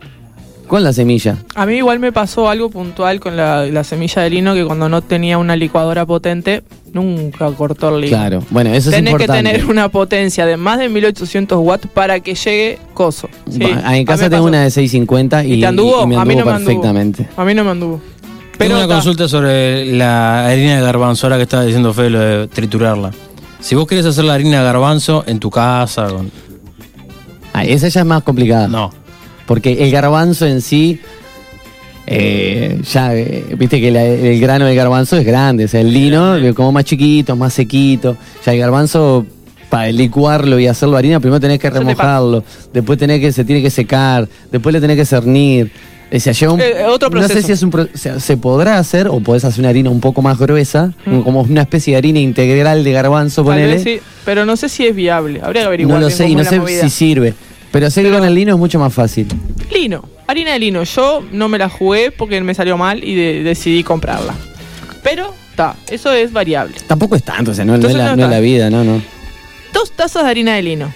Speaker 3: con la semilla.
Speaker 2: A mí igual me pasó algo puntual con la, la semilla de lino que cuando no tenía una licuadora potente, nunca cortó el lino.
Speaker 3: Claro, bueno, eso
Speaker 2: Tenés
Speaker 3: es
Speaker 2: que
Speaker 3: importante.
Speaker 2: tener una potencia de más de 1800 watts para que llegue coso. Sí,
Speaker 3: Va, Ah, en
Speaker 2: a
Speaker 3: casa
Speaker 2: mí me
Speaker 3: tengo
Speaker 2: pasó.
Speaker 3: una de 650 y,
Speaker 2: ¿Y te anduvo?
Speaker 3: y me
Speaker 2: A mí no me anduvo.
Speaker 3: perfectamente.
Speaker 2: A mí no me anduvo.
Speaker 4: Tengo una
Speaker 2: ta,
Speaker 4: consulta sobre la harina de garbanzo, ahora que estaba diciendo Fe lo de triturarla. Si vos querés hacer la harina de garbanzo en tu casa, con-
Speaker 3: Ah, esa ya es más complicada.
Speaker 4: no.
Speaker 3: Porque el garbanzo en sí, eh, ya, eh, viste que la- el grano del garbanzo es grande, o sea, el lino eh, como más chiquito, más sequito. Ya el garbanzo, para licuarlo y hacerlo harina, primero tenés que
Speaker 2: Eso te
Speaker 3: remojarlo, después tenés que, se tiene que secar, después le tenés que cernir. O sea, lleva un-
Speaker 2: Eh, eh, otro
Speaker 3: No sé
Speaker 2: proceso.
Speaker 3: si es un pro- o sea, se podrá hacer o podés hacer una harina un poco más gruesa,
Speaker 2: Mm.
Speaker 3: como una especie de harina integral de garbanzo,
Speaker 2: Tal
Speaker 3: ponele.
Speaker 2: vez sí, pero no sé si es viable. Habría que averiguar.
Speaker 3: ¿eh? no lo
Speaker 2: bien
Speaker 3: sé y
Speaker 2: cómo
Speaker 3: no
Speaker 2: es la
Speaker 3: sé
Speaker 2: movida.
Speaker 3: si sirve. Pero sé que con el lino es mucho más fácil.
Speaker 2: Lino, harina de lino. Yo no me la jugué porque me salió mal y de- decidí comprarla. Pero está, eso es variable.
Speaker 3: Tampoco es tanto, o sea, no, no es,
Speaker 2: Entonces
Speaker 3: la,
Speaker 2: no
Speaker 3: no es
Speaker 2: está.
Speaker 3: la vida, no, no.
Speaker 2: Dos tazas de harina de lino.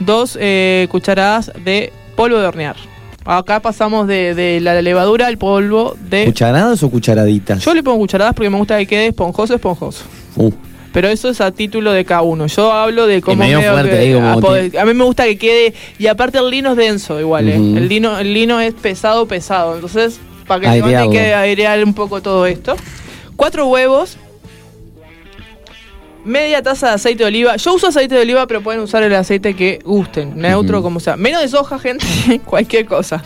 Speaker 2: Dos eh, cucharadas de polvo de hornear. Acá pasamos de, de la levadura al polvo
Speaker 3: Eh,
Speaker 2: de...
Speaker 3: ¿Cucharadas o cucharaditas?
Speaker 2: Yo le pongo cucharadas porque me gusta que quede esponjoso, esponjoso.
Speaker 3: Uh,
Speaker 2: Pero eso es a título de cada uno. Yo hablo de cómo
Speaker 3: medio fuerte,
Speaker 2: que-
Speaker 3: digo, como
Speaker 2: a, poder- a mí me gusta que quede y aparte el lino es denso igual, ¿eh?
Speaker 3: Ujú.
Speaker 2: El lino el lino es pesado pesado, entonces para que levante hay
Speaker 3: Airearlo.
Speaker 2: que airear un poco todo esto. Cuatro huevos. Media taza de aceite de oliva. Yo uso aceite de oliva, pero pueden usar el aceite que gusten, neutro
Speaker 3: Ujú.
Speaker 2: como sea. Menos de soja, (laughs) gente, cualquier cosa.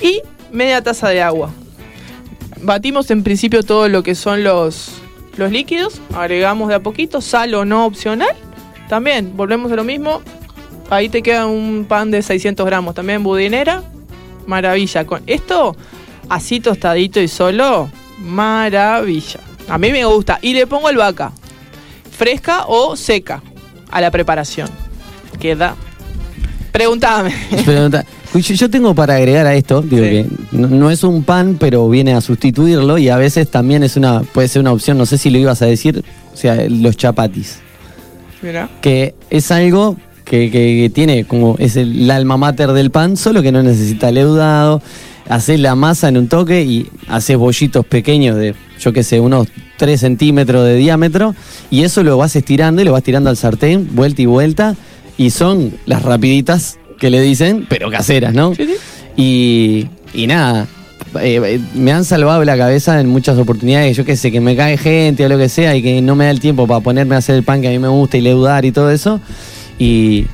Speaker 2: Y media taza de agua batimos en principio todo lo que son los, los líquidos, agregamos de a poquito, sal o no opcional. También volvemos a lo mismo, Ahí te queda un pan de 600 gramos. También budinera, maravilla. Con esto, así tostadito y solo, maravilla. A mí me gusta. Y le pongo albahaca, fresca o seca, a la preparación. Queda. Pregúntame.
Speaker 3: (laughs) Pero ta- yo, yo tengo para agregar a esto, digo
Speaker 2: Sí.
Speaker 3: que no, no es un pan, pero viene a sustituirlo y a veces también es una, puede ser una opción, no sé si lo ibas a decir, o sea, los chapatis.
Speaker 2: Mira.
Speaker 3: que es algo que, que- que tiene como es el, la alma mater del pan, solo que no necesita leudado. Haces la masa en un toque y haces bollitos pequeños de, yo qué sé, unos 3 centímetros de diámetro. Y eso lo vas estirando y lo vas tirando al sartén, vuelta y vuelta. Y son las rapiditas que le dicen, pero caseras, ¿no?
Speaker 2: Sí, sí.
Speaker 3: Y, y nada, eh, eh, me han salvado la cabeza en muchas oportunidades. Yo qué sé, que me cae gente o lo que sea y que no me da el tiempo para ponerme a hacer el pan que a mí me gusta y leudar y todo eso. Y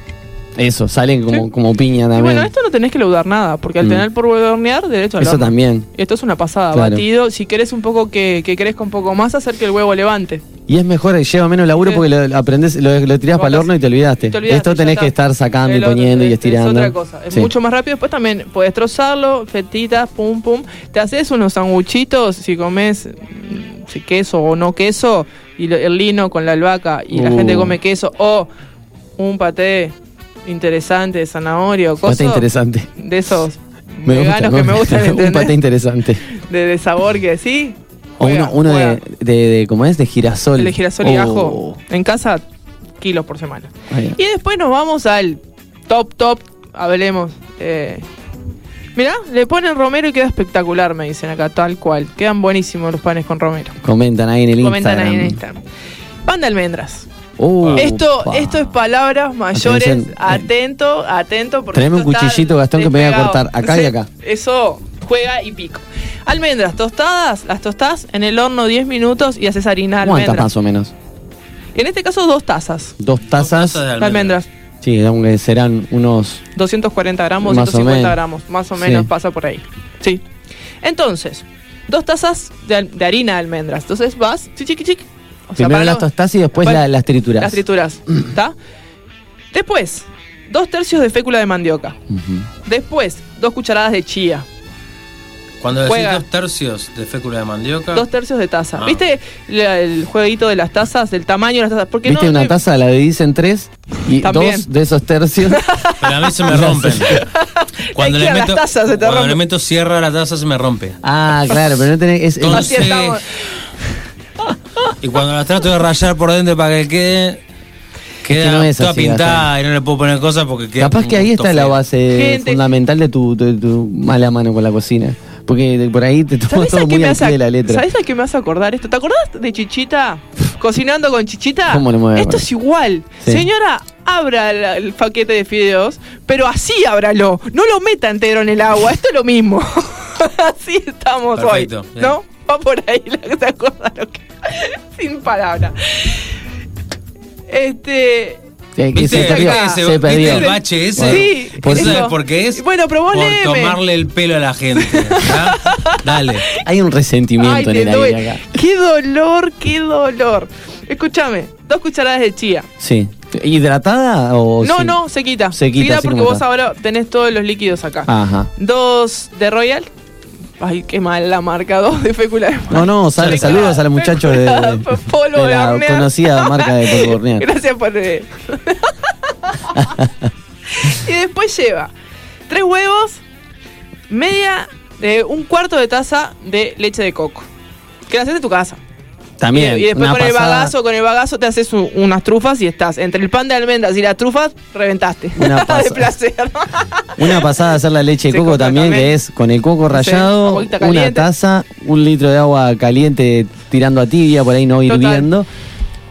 Speaker 3: eso, salen como,
Speaker 2: Sí.
Speaker 3: como piña
Speaker 2: Y
Speaker 3: también.
Speaker 2: bueno, esto no tenés que leudar nada, porque al
Speaker 3: Mm.
Speaker 2: tener por hornear, derecho al
Speaker 3: eso
Speaker 2: horno.
Speaker 3: también.
Speaker 2: Esto es una pasada,
Speaker 3: Claro.
Speaker 2: batido. Si querés un poco que, que crezca un poco más, hacer que el huevo levante.
Speaker 3: Y es mejor, eh, lleva menos laburo
Speaker 2: Sí.
Speaker 3: porque lo, aprendés, lo, lo tirás
Speaker 2: Lo
Speaker 3: para el
Speaker 2: bajás.
Speaker 3: horno y te olvidaste.
Speaker 2: Y te olvidaste,
Speaker 3: esto
Speaker 2: ya
Speaker 3: tenés
Speaker 2: está.
Speaker 3: que estar sacando y
Speaker 2: El otro,
Speaker 3: poniendo
Speaker 2: es-
Speaker 3: y estirando.
Speaker 2: Es otra cosa. Es
Speaker 3: Sí.
Speaker 2: mucho más rápido. Después también podés trozarlo, fetitas, pum, pum. Te haces unos sanguchitos, si comes mm, si queso o no queso, y lo- el lino con la albahaca, y la
Speaker 3: Uh.
Speaker 2: gente come queso, o un paté interesante de zanahoria o
Speaker 3: Bastante
Speaker 2: cosas
Speaker 3: interesante.
Speaker 2: de esos
Speaker 3: (laughs) Me gusta,
Speaker 2: veganos que
Speaker 3: ¿no?
Speaker 2: me gustan,
Speaker 3: (laughs) Un paté
Speaker 2: ¿entendés?
Speaker 3: interesante.
Speaker 2: De, de sabor que sí.
Speaker 3: O
Speaker 2: Juega,
Speaker 3: uno, uno
Speaker 2: juega.
Speaker 3: de, de, de- ¿cómo es? De girasol.
Speaker 2: El de girasol y
Speaker 3: Oh.
Speaker 2: ajo. En casa, kilos por semana.
Speaker 3: Ahí va.
Speaker 2: Y después nos vamos al top, top. Hablemos. Eh, mirá, le ponen romero y queda espectacular, me dicen acá, tal cual. Quedan buenísimos los panes con romero.
Speaker 3: Comentan ahí en el
Speaker 2: Comentan ahí en
Speaker 3: Instagram.
Speaker 2: Instagram. Pan de almendras.
Speaker 3: Oh,
Speaker 2: esto,
Speaker 3: pa.
Speaker 2: esto es palabras mayores.
Speaker 3: Atención.
Speaker 2: Atento, atento. Porque
Speaker 3: Tráeme un
Speaker 2: esto está
Speaker 3: cuchillito, Gastón, que me voy a
Speaker 2: despegado.
Speaker 3: cortar acá y acá.
Speaker 2: Eso juega y pico. Almendras tostadas, las tostás en el horno 10 minutos y haces harina de
Speaker 3: ¿Cuántas
Speaker 2: almendras.
Speaker 3: más o menos?
Speaker 2: En este caso, dos tazas
Speaker 3: Dos tazas.
Speaker 4: Tazas de
Speaker 2: de almendras.
Speaker 3: Sí, aunque serán unos.
Speaker 2: 240 gramos,
Speaker 3: Más o
Speaker 2: 150
Speaker 3: menos.
Speaker 2: gramos, más o
Speaker 3: Sí.
Speaker 2: menos pasa por ahí. Sí. Entonces, dos tazas de, al- de harina de almendras. Entonces vas, chic, chic, chic. O sea,
Speaker 3: primero
Speaker 2: para
Speaker 3: las
Speaker 2: no-
Speaker 3: tostás y después
Speaker 2: para-
Speaker 3: la- las trituras.
Speaker 2: las trituras. ¿Está? Después, dos tercios de fécula de mandioca.
Speaker 3: Ujú.
Speaker 2: Después, dos cucharadas de chía.
Speaker 4: Cuando decís
Speaker 2: Juega.
Speaker 4: dos tercios de fécula de mandioca,
Speaker 2: Dos tercios de taza.
Speaker 4: Ah.
Speaker 2: ¿Viste la- el jueguito de las tazas, del tamaño de las tazas? Porque
Speaker 3: ¿Viste
Speaker 2: no,
Speaker 3: una
Speaker 2: no-
Speaker 3: taza? La dividís en tres y
Speaker 2: También.
Speaker 3: dos de esos
Speaker 2: (laughs)
Speaker 3: tercios.
Speaker 4: pero a mí se me rompen. Cuando le
Speaker 2: quedan las
Speaker 4: meto,
Speaker 2: tazas, se te
Speaker 4: cuando le
Speaker 2: rompen.
Speaker 4: meto cierra la taza se me rompe.
Speaker 3: ah, claro, pero no tenés. es- es-
Speaker 4: Entonces-
Speaker 2: Así estamos.
Speaker 4: Y cuando la trato de rayar por dentro para que quede, queda
Speaker 3: no es
Speaker 4: toda
Speaker 3: así,
Speaker 4: pintada y no le puedo poner cosas porque queda.
Speaker 3: capaz
Speaker 4: un
Speaker 3: que ahí
Speaker 4: gusto
Speaker 3: está la
Speaker 4: feo.
Speaker 3: base
Speaker 2: Gente-
Speaker 3: fundamental de tu, de tu mala mano con la cocina. Porque de- por ahí te tomas
Speaker 2: ¿Sabes
Speaker 3: todo
Speaker 2: a, qué
Speaker 3: muy
Speaker 2: me
Speaker 3: al
Speaker 2: hace,
Speaker 3: pie de la letra.
Speaker 2: ¿Sabes a qué me hace acordar esto? ¿Te acordás de Chichita? Cocinando con Chichita.
Speaker 3: ¿Cómo no me voy a
Speaker 2: esto
Speaker 3: acordar?
Speaker 2: es igual.
Speaker 3: Sí.
Speaker 2: Señora, abra la- el paquete de fideos, pero así ábralo. No lo meta entero en el agua. Esto es lo mismo. (laughs) así estamos
Speaker 4: Perfecto,
Speaker 2: hoy.
Speaker 4: bien.
Speaker 2: ¿No? Va por ahí la que se acuerda lo que. Sin palabra. Este.
Speaker 3: Eh, que
Speaker 4: ¿Viste,
Speaker 3: se perdió.
Speaker 4: viste ese-
Speaker 3: se
Speaker 4: viste
Speaker 3: perdió.
Speaker 4: el bache ese?
Speaker 2: Sí,
Speaker 4: ¿Por
Speaker 3: por
Speaker 4: ¿Sabes
Speaker 2: eso.
Speaker 4: por qué es?
Speaker 2: Bueno, pero vos
Speaker 4: Por
Speaker 2: léeme.
Speaker 4: tomarle el pelo a la gente.
Speaker 2: (laughs)
Speaker 4: ¿ya? Dale.
Speaker 3: Hay un
Speaker 2: Ay,
Speaker 3: resentimiento
Speaker 2: te
Speaker 3: en el
Speaker 2: duele.
Speaker 3: aire acá.
Speaker 2: Qué dolor, qué dolor. Escúchame, dos cucharadas de chía.
Speaker 3: Sí. ¿Hidratada o.?
Speaker 2: No,
Speaker 3: sin-
Speaker 2: no, se quita.
Speaker 3: Se quita, así
Speaker 2: porque
Speaker 3: como
Speaker 2: vos
Speaker 3: está. Ah.
Speaker 2: ahora tenés todos los líquidos acá.
Speaker 3: Ajá.
Speaker 2: Dos de Royal. Ay, qué mal la marca. (laughs) Dos de fécula de
Speaker 3: No, no, sal-
Speaker 2: Fécula-
Speaker 3: saludos a los muchachos de,
Speaker 2: fécula (laughs)
Speaker 3: de-
Speaker 2: Polo
Speaker 3: de
Speaker 2: de
Speaker 3: la
Speaker 2: hornear.
Speaker 3: conocida marca de polvo hornear.
Speaker 2: (laughs) Gracias por. eh. y después lleva tres huevos, media, eh, un cuarto de taza de leche de coco. Que la haces en tu casa.
Speaker 3: También.
Speaker 2: Y, y después
Speaker 3: una
Speaker 2: con el
Speaker 3: pasada-
Speaker 2: bagazo, con el bagazo te haces un- unas trufas y estás. Entre el pan de almendras y las trufas, reventaste. (laughs)
Speaker 3: Una
Speaker 2: de
Speaker 3: pasa-
Speaker 2: placer.
Speaker 3: Una pasada hacer la leche de
Speaker 2: Sí,
Speaker 3: coco también,
Speaker 2: completamente.
Speaker 3: que es con el coco
Speaker 2: una
Speaker 3: rallado,
Speaker 2: boquita
Speaker 3: una
Speaker 2: caliente.
Speaker 3: taza, un litro de agua caliente tirando a tibia, por ahí no
Speaker 2: Total.
Speaker 3: hirviendo.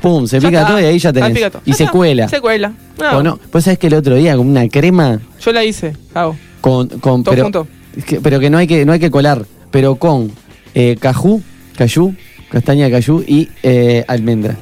Speaker 3: Pum, se
Speaker 2: Ya
Speaker 3: pica
Speaker 2: está.
Speaker 3: todo y ahí ya tenés.
Speaker 2: pica todo.
Speaker 3: y
Speaker 2: Ya
Speaker 3: se
Speaker 2: está.
Speaker 3: cuela.
Speaker 2: Se cuela. No,
Speaker 3: ¿O no? Pues sabés que el otro día con una crema
Speaker 2: Yo la hice, hago.
Speaker 3: con. con
Speaker 2: Todo
Speaker 3: pero,
Speaker 2: junto.
Speaker 3: es que- pero que no hay que, no hay que colar, pero con eh, cajú, cayú, castaña de cayú y eh, almendra.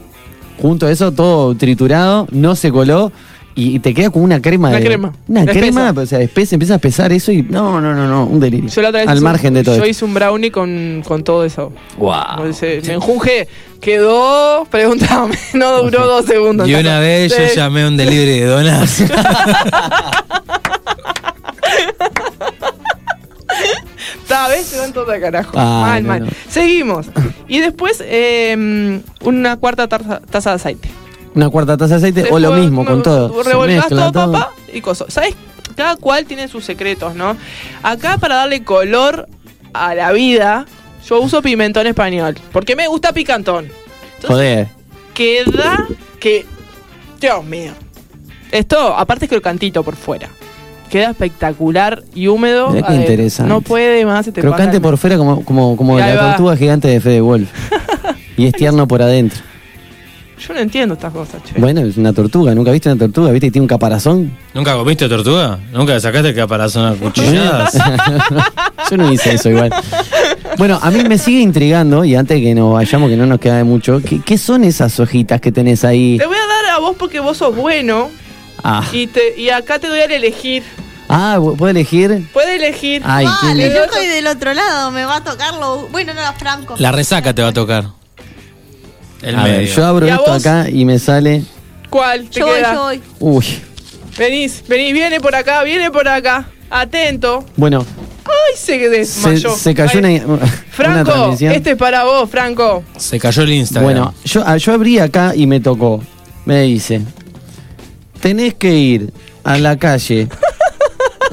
Speaker 3: Junto a eso, todo triturado, no se coló y, y te queda como una crema
Speaker 2: Una
Speaker 3: de.
Speaker 2: crema.
Speaker 3: Una
Speaker 2: Espesa.
Speaker 3: crema, o sea, espesa, empieza a pesar eso y. No, no, no, no, un delirio.
Speaker 2: Yo la otra vez
Speaker 3: Al
Speaker 2: hice un-
Speaker 3: margen de todo.
Speaker 2: Yo
Speaker 3: esto.
Speaker 2: hice un brownie con, con todo eso.
Speaker 3: Guau.
Speaker 1: Ah,
Speaker 2: Como dice, me enjunje, quedó, pregúntame, (laughs) no duró dos segundos.
Speaker 4: Y una
Speaker 2: Entonces,
Speaker 4: vez yo
Speaker 2: sí.
Speaker 4: llamé a un delivery de donas.
Speaker 2: Cada vez se van todos a carajo.
Speaker 3: Ah,
Speaker 2: mal,
Speaker 3: no,
Speaker 2: mal.
Speaker 3: no.
Speaker 2: Seguimos. Y después, eh, una cuarta tarza- taza de aceite.
Speaker 3: Una cuarta taza de aceite o lo
Speaker 2: Después,
Speaker 3: mismo con
Speaker 2: me-
Speaker 3: todo. Se
Speaker 2: Revolcás
Speaker 3: mezcla
Speaker 2: todo, papá, y cosas. ¿Sabes? Cada cual tiene sus secretos, ¿no? Acá, para darle color a la vida, yo uso pimentón español. Porque me gusta picantón. Entonces,
Speaker 3: Joder.
Speaker 2: queda que. Dios mío. Esto, aparte es crocantito por fuera. Queda espectacular y húmedo.
Speaker 3: Mirá qué
Speaker 2: adentro.
Speaker 3: interesante.
Speaker 2: No puede más. se te
Speaker 3: Crocante
Speaker 2: para
Speaker 3: por
Speaker 2: el-
Speaker 3: fuera como, como, como
Speaker 2: Y ahí
Speaker 3: la
Speaker 2: va.
Speaker 3: tortuga gigante de
Speaker 2: (laughs)
Speaker 3: Fede Wolf. y es tierno por adentro.
Speaker 2: Yo no entiendo estas cosas, che.
Speaker 3: Bueno, es una tortuga. ¿Nunca viste una tortuga? ¿Viste que tiene un caparazón?
Speaker 4: ¿Nunca comiste tortuga? ¿Nunca sacaste el caparazón a cuchilladas?
Speaker 3: (laughs) Yo no hice eso igual. Bueno, a mí me sigue intrigando, y antes que nos vayamos, que no nos queda de mucho, ¿qué, qué son esas hojitas que tenés ahí?
Speaker 2: Te voy a dar a vos porque vos sos bueno.
Speaker 3: Ah,
Speaker 2: Y, te, y acá te doy al elegir.
Speaker 3: ah ¿vo- ¿puedo elegir?
Speaker 2: Puedes elegir.
Speaker 3: Ay, qué
Speaker 5: vale,
Speaker 3: lindo.
Speaker 5: yo estoy del otro lado, me va a tocarlo. Bueno, no, Franco.
Speaker 4: La resaca te va a tocar. El
Speaker 3: A ver,
Speaker 4: medio.
Speaker 3: yo abro
Speaker 2: ¿Y a
Speaker 3: esto
Speaker 2: vos?
Speaker 3: acá y me sale.
Speaker 2: ¿Cuál? Te
Speaker 5: Yo voy,
Speaker 2: queda?
Speaker 5: yo voy.
Speaker 3: Uy.
Speaker 2: Venís, venís, viene por acá, viene por acá. Atento.
Speaker 3: Bueno,
Speaker 2: Ay, se
Speaker 3: se,
Speaker 2: desmayó.
Speaker 3: se cayó
Speaker 2: Ay.
Speaker 3: (laughs) una, una
Speaker 2: Franco,
Speaker 3: transmisión.
Speaker 2: este es para vos, Franco.
Speaker 4: Se cayó el Instagram.
Speaker 3: Bueno, yo, ah, yo abrí acá y me tocó. Me dice, tenés que ir a la calle.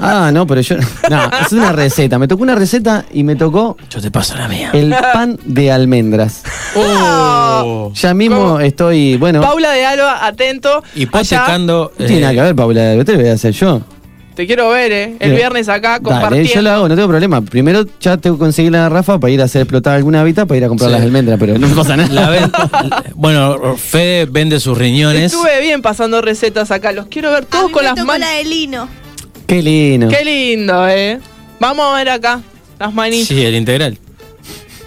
Speaker 3: Ah, no, pero yo... No, es una receta. Me tocó una receta y me tocó
Speaker 4: Yo te paso la mía.
Speaker 3: el pan de almendras.
Speaker 4: Oh.
Speaker 3: Ya mismo
Speaker 2: ¿Cómo?
Speaker 3: estoy... Bueno,
Speaker 2: Paula de Alba, atento. Allá.
Speaker 4: (laughs) Hipotecando. eh,
Speaker 3: no tiene nada que ver, Paula. de Te lo voy a hacer yo.
Speaker 2: Te quiero ver, ¿eh? El
Speaker 3: Bien.
Speaker 2: viernes acá
Speaker 3: Dale, yo
Speaker 2: compartiendo.
Speaker 3: lo hago, no tengo problema. Primero ya tengo que conseguir la garrafa para ir a hacer explotar alguna hábitat para ir a comprar
Speaker 4: Sí.
Speaker 3: las almendras, pero no pasa nada.
Speaker 4: La ven- bueno, Fede vende sus riñones.
Speaker 2: Estuve bien pasando recetas acá. Los quiero ver
Speaker 5: A
Speaker 2: todos
Speaker 5: mí
Speaker 2: con
Speaker 5: me
Speaker 2: las
Speaker 5: tocó
Speaker 2: manos.
Speaker 5: la de Lino.
Speaker 3: Qué lindo.
Speaker 2: Qué lindo, ¿eh? Vamos a ver acá. Las manitas.
Speaker 4: Sí, el integral.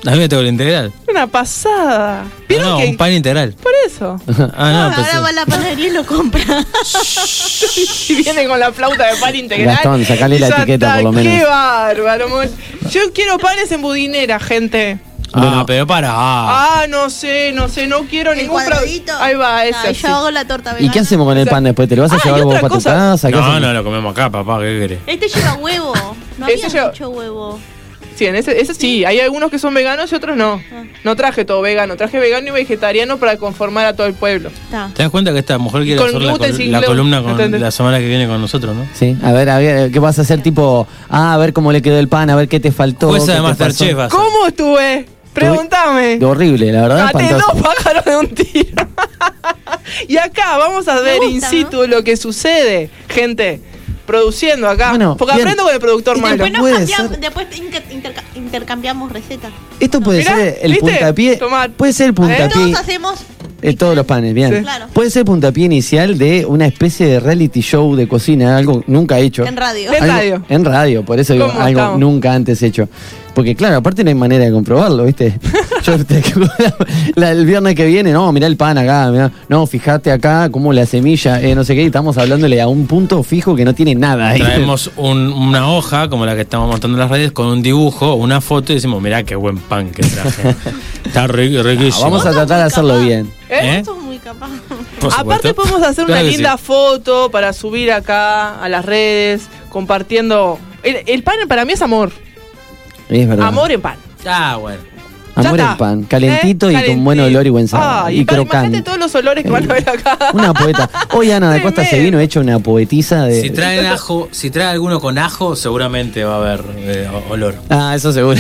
Speaker 4: A mí me tocó el integral.
Speaker 2: Una pasada.
Speaker 4: No,
Speaker 2: ¿Vieron
Speaker 4: no,
Speaker 2: que
Speaker 4: un pan integral.
Speaker 2: por
Speaker 3: (laughs)
Speaker 2: eso?
Speaker 4: Ah, no,
Speaker 3: pues
Speaker 5: ahora va a
Speaker 4: pensé.
Speaker 5: la panadería y lo (laughs) compra.
Speaker 2: Si viene con la flauta de pan integral.
Speaker 3: Gastón, sacale la
Speaker 2: Ya
Speaker 3: etiqueta,
Speaker 2: está,
Speaker 3: por lo menos.
Speaker 2: Qué bárbaro, mon. Yo quiero panes en budinera, gente.
Speaker 4: Ah, pero para. ah.
Speaker 2: Ah, no sé, no sé, no quiero
Speaker 5: El
Speaker 2: ningún
Speaker 5: cuadradito. Ah,
Speaker 2: frau- Ahí va, ese.
Speaker 5: Ay,
Speaker 2: sí.
Speaker 5: yo hago la torta vegana.
Speaker 3: ¿Y qué hacemos con el pan después? ¿Te lo vas a
Speaker 2: Ah, y
Speaker 3: llevar vos
Speaker 2: otra
Speaker 3: para tu
Speaker 2: cosa.
Speaker 3: casa? ¿Qué
Speaker 4: No,
Speaker 3: hacemos?
Speaker 4: no, lo comemos acá, papá, ¿qué querés?
Speaker 5: Este
Speaker 2: (laughs)
Speaker 5: lleva huevo. No
Speaker 2: Este
Speaker 5: había
Speaker 2: lleva-
Speaker 5: mucho huevo.
Speaker 2: Sí, en ese, ese sí, hay algunos que son veganos y otros no.
Speaker 5: Ah.
Speaker 2: No traje todo vegano, traje vegano y vegetariano para conformar a todo el pueblo.
Speaker 5: Está.
Speaker 4: ¿Te das cuenta que esta mujer quiere
Speaker 2: Con
Speaker 4: hacer la,
Speaker 2: gluten,
Speaker 4: col-
Speaker 2: sin
Speaker 4: la
Speaker 2: gluten,
Speaker 4: columna con
Speaker 2: ¿entendés?
Speaker 4: la semana que viene con nosotros, no?
Speaker 3: Sí, a ver, a ver, ¿qué vas a hacer? Tipo, ah, a ver cómo le quedó el pan, a ver qué te faltó.
Speaker 4: Jueza
Speaker 3: qué
Speaker 4: de
Speaker 3: te
Speaker 4: Masterchef. ah.
Speaker 3: pasó.
Speaker 4: vas a-
Speaker 2: ¿Cómo estuve? Pregúntame.
Speaker 3: Horrible, la verdad,
Speaker 2: Maté dos
Speaker 3: espantoso.
Speaker 2: pájaros de un tiro. (laughs) y acá vamos a ver
Speaker 5: gusta,
Speaker 2: in situ lo que sucede, gente, produciendo acá.
Speaker 3: Bueno,
Speaker 2: Porque
Speaker 3: bien.
Speaker 2: aprendo con el productor
Speaker 3: Y
Speaker 2: malo.
Speaker 5: Después, nos
Speaker 3: puede
Speaker 5: cambiamos-
Speaker 3: ser.
Speaker 5: después inter- interca- intercambiamos recetas.
Speaker 3: Esto puede
Speaker 2: Mirá,
Speaker 3: ser el
Speaker 2: ¿viste?
Speaker 3: puntapié.
Speaker 2: Tomá.
Speaker 3: Puede ser el puntapié
Speaker 5: Todos hacemos.
Speaker 3: de eh, todos los panes, bien.
Speaker 2: Sí.
Speaker 5: Claro.
Speaker 3: Puede ser el puntapié inicial de una especie de reality show de cocina, algo nunca hecho.
Speaker 5: En radio.
Speaker 2: En
Speaker 3: Algo-
Speaker 2: radio.
Speaker 3: En radio, por eso digo,
Speaker 2: ¿Cómo
Speaker 3: algo
Speaker 2: estamos?
Speaker 3: nunca antes hecho. Porque claro, aparte no hay manera de comprobarlo,
Speaker 2: (laughs)
Speaker 3: ¿viste? Yo te- (laughs) la- el viernes que viene, no, mirá el pan acá, mirá, no, fijate acá como la semilla, eh, no sé qué, y estamos hablándole a un punto fijo que no tiene nada ahí.
Speaker 4: Traemos un- una hoja como la que estamos montando en las redes con un dibujo, una foto y decimos, mirá qué buen pan
Speaker 3: (laughs)
Speaker 4: que traje. Está ri-
Speaker 3: Ah,
Speaker 4: riquísimo.
Speaker 3: vamos a tratar de hacerlo bien.
Speaker 2: ¿Eh?
Speaker 4: ¿Eh?
Speaker 5: Sos muy capaz. (laughs)
Speaker 4: Por
Speaker 2: Aparte
Speaker 4: supuesto.
Speaker 2: podemos hacer
Speaker 4: Claro
Speaker 2: una
Speaker 4: que
Speaker 2: linda
Speaker 4: sí.
Speaker 2: foto para subir acá a las redes, compartiendo. El, el pan para mí es amor.
Speaker 3: Es verdad.
Speaker 2: Amor en pan.
Speaker 4: Ah, bueno.
Speaker 2: Ya
Speaker 3: Amor en
Speaker 2: está.
Speaker 3: pan, calentito
Speaker 2: ¿Eh?
Speaker 3: y con
Speaker 2: Calentito.
Speaker 3: buen olor y buen sabor.
Speaker 2: Ah,
Speaker 3: y
Speaker 2: para- Imagínate
Speaker 3: crocante. Eh,
Speaker 2: todos los olores que van a ver acá.
Speaker 3: Una poeta. Hoy Ana de Costa se
Speaker 2: Tremendo.
Speaker 3: vino hecha una poetisa de.
Speaker 4: Si traen ajo, si trae alguno con ajo, seguramente va a haber eh, o- olor.
Speaker 3: Ah, eso seguro.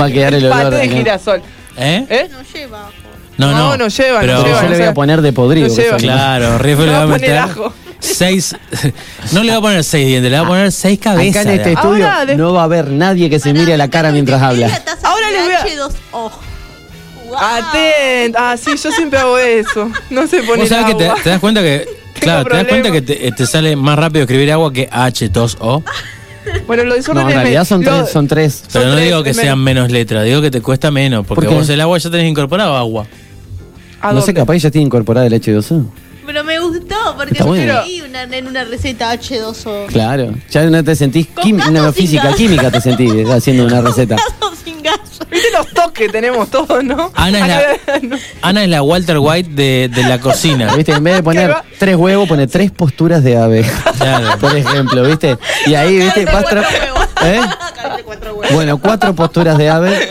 Speaker 3: Va a quedar el olor.
Speaker 2: Paté de
Speaker 3: acá.
Speaker 2: girasol.
Speaker 4: ¿eh?
Speaker 2: ¿Eh?
Speaker 5: No lleva.
Speaker 4: No, no.
Speaker 2: No, no lleva, no lleva.
Speaker 4: Pero-
Speaker 3: Yo le voy
Speaker 2: sea,
Speaker 3: a poner de podrido.
Speaker 2: no
Speaker 3: que
Speaker 2: lleva.
Speaker 3: soy.
Speaker 4: Claro, Riff le
Speaker 2: No
Speaker 4: va a
Speaker 2: va a poner
Speaker 4: meter
Speaker 2: ajo.
Speaker 4: seis. (laughs) No le va a poner seis dientes, le va a poner seis
Speaker 3: Acá
Speaker 4: cabezas.
Speaker 3: en este
Speaker 4: de ajo.
Speaker 3: estudio
Speaker 2: Ahora de-
Speaker 3: no va a haber nadie que se mire a la cara mientras habla.
Speaker 2: Ahora les voy a- Atento. Ah, sí, yo siempre hago eso. No se pone
Speaker 4: Vos sabés que te,
Speaker 2: agua.
Speaker 4: te das cuenta
Speaker 3: (laughs)
Speaker 4: que. Claro, te das cuenta que te, te sale más rápido escribir agua que H2O.
Speaker 2: Bueno, lo
Speaker 3: No, en
Speaker 2: desórdenes
Speaker 3: realidad son
Speaker 2: lo-
Speaker 3: tres, son tres.
Speaker 4: Pero no
Speaker 2: tres,
Speaker 4: digo que
Speaker 2: es
Speaker 4: sean menos letras, digo que te cuesta menos, porque
Speaker 3: ¿Por qué?
Speaker 4: vos el agua ya tenés incorporado agua.
Speaker 2: ¿A
Speaker 3: No sé,
Speaker 2: dónde?
Speaker 3: capaz ya tiene incorporada el H2O.
Speaker 5: Pero me gustó, porque
Speaker 3: Está
Speaker 5: no
Speaker 3: bueno.
Speaker 5: leí una, en una receta H2O.
Speaker 3: Claro, ya no te sentís
Speaker 5: Con
Speaker 3: quim-
Speaker 5: gato
Speaker 3: no,
Speaker 5: sin
Speaker 3: física,
Speaker 5: gato.
Speaker 3: química te sentís eh, haciendo una
Speaker 5: (laughs)
Speaker 3: receta.
Speaker 5: Sin gas.
Speaker 2: Viste los toques que tenemos todos, (laughs) ¿no?
Speaker 3: Ah,
Speaker 4: Ana
Speaker 3: (laughs)
Speaker 4: es la,
Speaker 2: Acá- no.
Speaker 4: Ana es la Walter White de, de la cocina.
Speaker 3: (laughs) ¿Viste? En vez de poner
Speaker 2: va.
Speaker 3: tres huevos, pone tres posturas de ave.
Speaker 4: Claro.
Speaker 3: (laughs) Por ejemplo, ¿viste? Y ahí, ¿viste? Vas
Speaker 5: Cuatro
Speaker 3: tra-
Speaker 5: huevos.
Speaker 3: ¿Eh?
Speaker 2: Ah,
Speaker 5: Cálmate, cuatro huevos.
Speaker 3: Bueno, cuatro posturas de ave.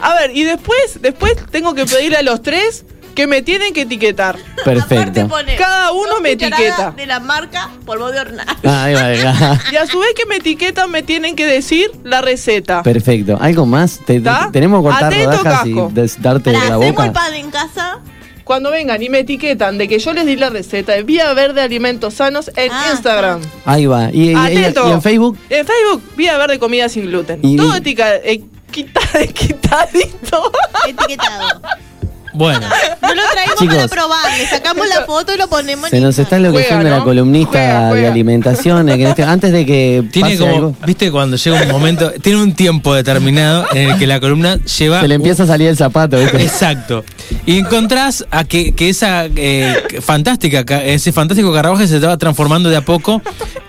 Speaker 2: A ver, y después, después tengo que pedirle a los tres que me tienen que etiquetar.
Speaker 5: Aparte
Speaker 3: Perfecto.
Speaker 5: pone
Speaker 2: Cada uno
Speaker 5: dos
Speaker 2: me
Speaker 5: cucharadas
Speaker 2: etiqueta.
Speaker 5: De la marca polvo de hornear.
Speaker 3: Ah, ahí va, ahí va.
Speaker 2: (laughs) Y a su vez que me etiquetan, me tienen que decir la receta.
Speaker 3: Perfecto. ¿Algo más? Te- te-
Speaker 2: ¿Está?
Speaker 3: tenemos que cortar
Speaker 2: Atento,
Speaker 3: rodajas y
Speaker 2: casco.
Speaker 3: des- darte de
Speaker 5: Para,
Speaker 3: la
Speaker 5: hacemos
Speaker 3: boca.
Speaker 5: el pan en casa.
Speaker 2: Cuando vengan y me etiquetan de que yo les di la receta de Vía Verde Alimentos Sanos en
Speaker 5: Ah,
Speaker 2: Instagram.
Speaker 3: Ahí va. Y, y- y-
Speaker 2: Atento.
Speaker 3: y en Facebook,
Speaker 2: En Facebook, Vía Verde Comida Sin Gluten.
Speaker 3: Y-
Speaker 2: Todo etica, eh, quita- (laughs) quitadito.
Speaker 3: (laughs)
Speaker 5: Etiquetado.
Speaker 4: Bueno,
Speaker 5: No lo traemos para
Speaker 3: Chicos.
Speaker 5: probar. Le sacamos la foto y lo ponemos
Speaker 3: se
Speaker 5: en
Speaker 3: nos está
Speaker 5: Instagram.
Speaker 3: enloqueciendo
Speaker 2: Juega, ¿no?
Speaker 3: la columnista
Speaker 2: Juega, juega.
Speaker 3: de alimentación. eh, que en este- antes de que
Speaker 4: (laughs) tiene
Speaker 3: pase
Speaker 4: como,
Speaker 3: algo,
Speaker 4: viste, cuando llega un momento, tiene un tiempo determinado en el que la columna lleva.
Speaker 3: se le empieza a salir el zapato.
Speaker 4: (laughs)
Speaker 3: ¿viste?
Speaker 4: Exacto. Y encontrás a que, que esa eh, que- fantástica, ca- ese fantástico carruaje se estaba transformando de a poco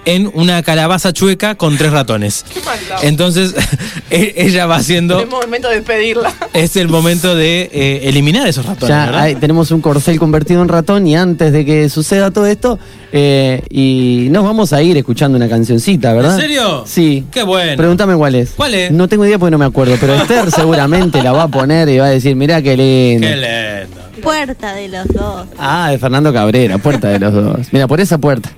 Speaker 4: en una calabaza chueca con tres ratones.
Speaker 2: maldad.
Speaker 4: Entonces, (laughs) e- ella va haciendo.
Speaker 2: Tenemos momento de pedirla.
Speaker 4: Es el momento de eh, eliminar esos ratones.
Speaker 3: Ya
Speaker 4: ¿verdad?
Speaker 3: hay- tenemos un corcel convertido en ratón y antes de que suceda todo esto, eh, y nos vamos a ir escuchando una cancioncita, ¿verdad?
Speaker 4: ¿En serio?
Speaker 3: Sí.
Speaker 4: Qué bueno.
Speaker 3: Pregúntame cuál es.
Speaker 4: ¿Cuál es?
Speaker 3: No tengo idea porque no me acuerdo, pero
Speaker 4: (laughs)
Speaker 3: Esther seguramente la va a poner y va a decir, mirá qué lindo.
Speaker 4: Qué lindo.
Speaker 5: Puerta de los dos.
Speaker 3: Ah, de Fernando Cabrera, puerta de los dos. Mira, por esa puerta.